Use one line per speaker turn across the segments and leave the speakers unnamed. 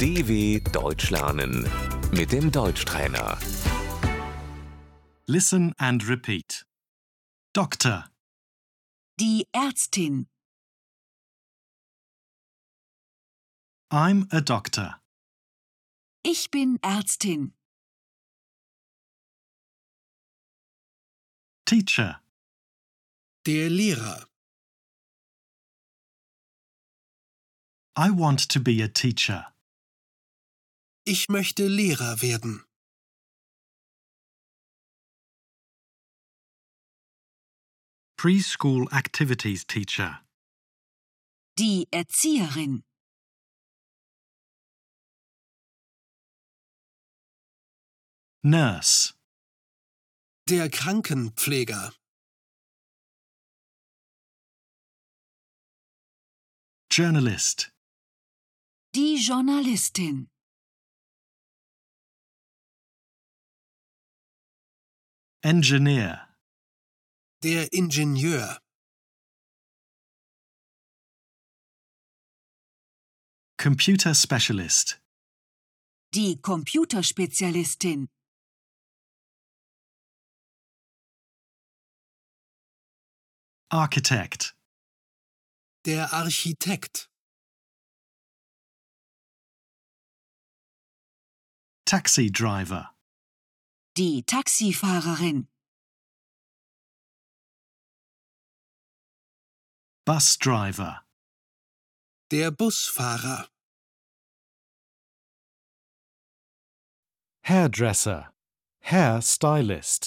DW Deutsch lernen mit dem Deutschtrainer.
Listen and repeat. Doctor,
Die Ärztin.
I'm a doctor.
Ich bin Ärztin.
Teacher,
Der Lehrer.
I want to be a teacher.
Ich möchte Lehrer werden.
Preschool activities teacher.
Die Erzieherin.
Nurse,
Der Krankenpfleger.
journalist,
Die Journalistin.
engineer,
Der Ingenieur.
computer specialist,
Die Computerspezialistin.
architect,
Der Architekt.
taxi driver,
Die Taxifahrerin.
bus driver,
Der Busfahrer.
hairdresser, hair stylist,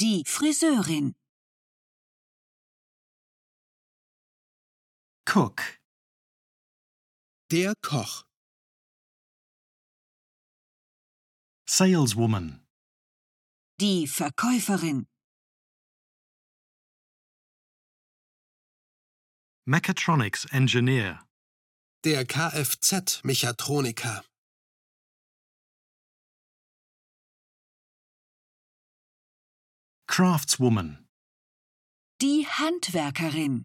Die Friseurin.
cook,
Der Koch.
saleswoman,
Die Verkäuferin.
mechatronics engineer,
Der Kfz-Mechatroniker.
craftswoman,
Die Handwerkerin.